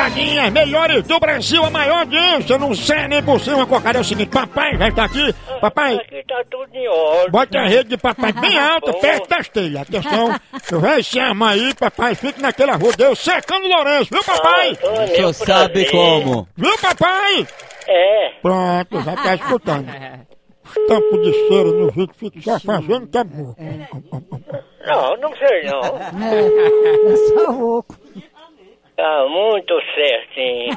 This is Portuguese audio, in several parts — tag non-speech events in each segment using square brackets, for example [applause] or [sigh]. coleguinhas melhores do Brasil, a maior audiência, não sei nem por cima, cocada, é o seguinte, papai vai estar aqui, papai, Aqui tá tudo em ordem. bota a rede de papai bem alta, Boa. perto das telhas, atenção, vai se arma aí, papai, fique naquele arrodeio, secando o Lourenço, viu papai? Antônio, O prazer. senhor sabe como. Viu papai? É. Pronto, já tá escutando. Os tampos de cera no vídeo ficam só fazendo tambor. Não, não sei não. É. [laughs] Eu sou louco. Tá muito certinho.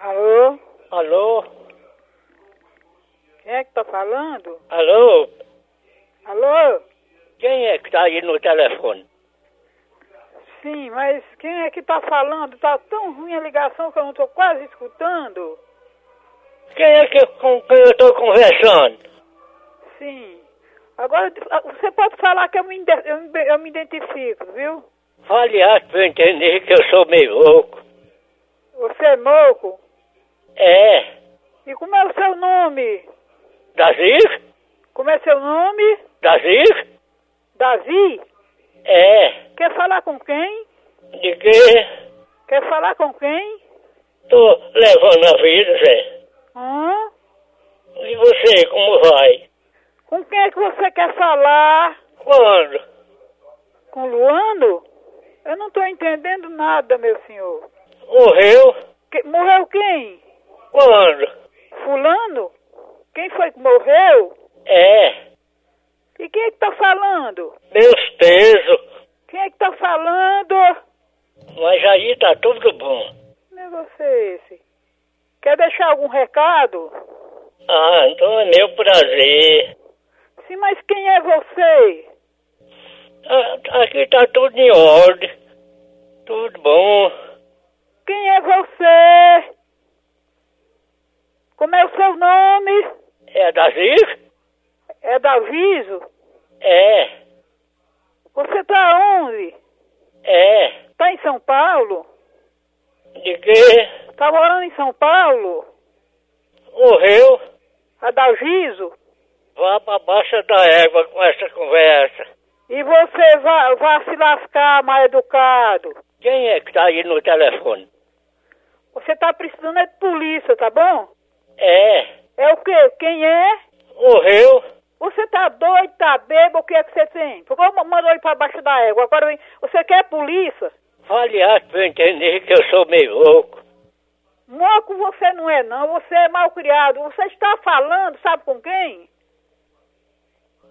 Alô? Alô? Quem é que tá falando? Alô? Alô? Quem é que tá aí no telefone? Sim, mas quem é que tá falando? Tá tão ruim a ligação que eu não tô quase escutando. Quem é que, com quem eu tô conversando? Sim. Agora, ah, você pode falar que eu me, inde- eu me- eu me identifico, viu? Fale alto pra eu entender que eu sou meio louco. Você é moco? É. E como é o seu nome? Daziz? Como é seu nome? Daziz? Davi? É. Quer falar com quem? De que Quer falar com quem? tô levando a vida, Zé? Hã? E você, como vai? Com quem é que você quer falar? Quando? Com Luano? Eu não tô entendendo nada, meu senhor. Morreu? Que- morreu quem? Quando? Fulano? Quem foi que morreu? É. E quem é que tá falando? Meus pesos. Quem é que tá falando? Mas aí tá tudo bom. Que negócio é esse? Quer deixar algum recado? Ah, então é meu prazer. Sim, mas quem é você? Ah, Aqui tá tudo em ordem. Tudo bom. Quem é você? Como é o seu nome? É da Ziz? É Daviso? É, Você tá onde? é. Tá em São Paulo? De que Tá morando em São Paulo? morreu. Adalgiso? Vá pra baixa da égua com essa conversa. E você vai, vai se lascar, mal educado. Quem é que tá aí no telefone? Você tá precisando é de polícia, tá bom? É, É o quê? Quem é? morreu. Você tá doido, tá bêbado, o que é que você tem? Por favor, manda ele pra baixo da égua. Agora, vem. você quer polícia? Fale alto pra eu entender que eu sou meio louco. Moco você não é não, você é mal criado. Você está falando, sabe com quem?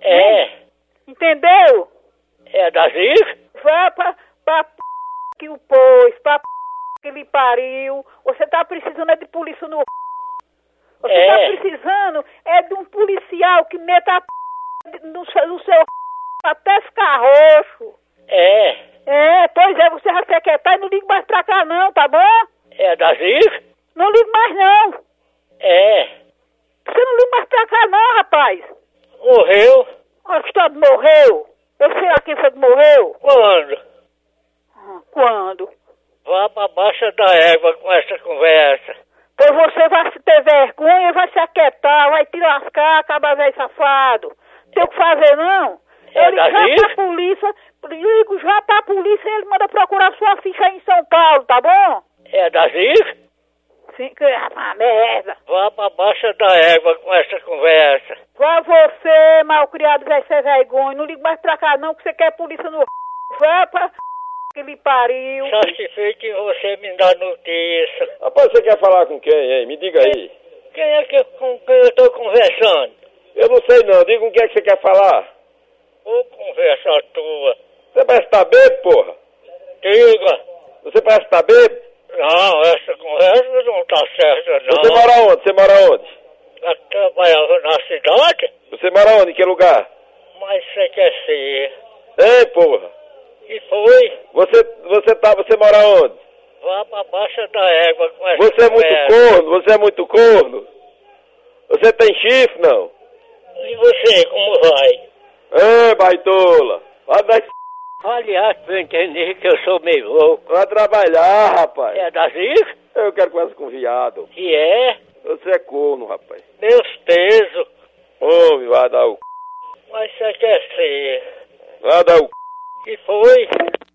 É, Entendeu? é da Ziz? Vá pra, pra p... que o pôs, pra p... que lhe pariu. Você tá precisando é de polícia no... Você É. tá precisando é de um policial que meta a p... no, seu- no seu... até ficar roxo. É, É, pois é, você já se quietar e não liga mais pra cá não, tá bom? é da Ziz? Não liga mais não. É, Você não liga mais pra cá não, rapaz. morreu. O Estado morreu. Eu sei lá quem foi que morreu. Quando? Ah, Quando? Vá pra baixa da égua com essa conversa. Pois você vai se ter vergonha, vai se aquietar, vai te lascar, acaba velho safado. Tem o que fazer, não? É Ele da já gente? pra polícia, ligo já pra polícia e ele manda procurar sua ficha aí em São Paulo, tá bom? É da Ziz? Sim, que é uma merda. Vá pra baixa da égua com essa conversa. Vai você, malcriado, vai ser vergonha. Não liga mais pra cá, não, que você quer polícia no. Vai pra. que lhe pariu. Satisfeito em você me dar notícia. Rapaz, você quer falar com quem, hein? Me diga aí. Quem é que, com quem eu tô conversando? Eu não sei não, diga com quem é que você quer falar. Ô, conversa tua. Você parece estar bêbado, porra. Diga. Você parece estar bêbado. Não, essa conversa não tá certa, Você não. mora onde? Você mora onde? Eu trabalhava na cidade, Você mora onde? Em que lugar? mas você quer ser. Hein, porra? E foi. Você, você tá, você mora onde? Vá pra baixa da égua com essa Você é muito conversa. corno, você é muito corno. Você tem chifre, não? E você, como vai? Ei, baitola. Vai, dar c- Aliás, pra entender que eu sou meio louco. vai trabalhar, rapaz. É da Ziz? Eu quero conversa com viado. E é. Você é corno, rapaz. Meus pesos. Homem, vai dar o c... Mas isso aqui é feio. Nada o c... Que foi?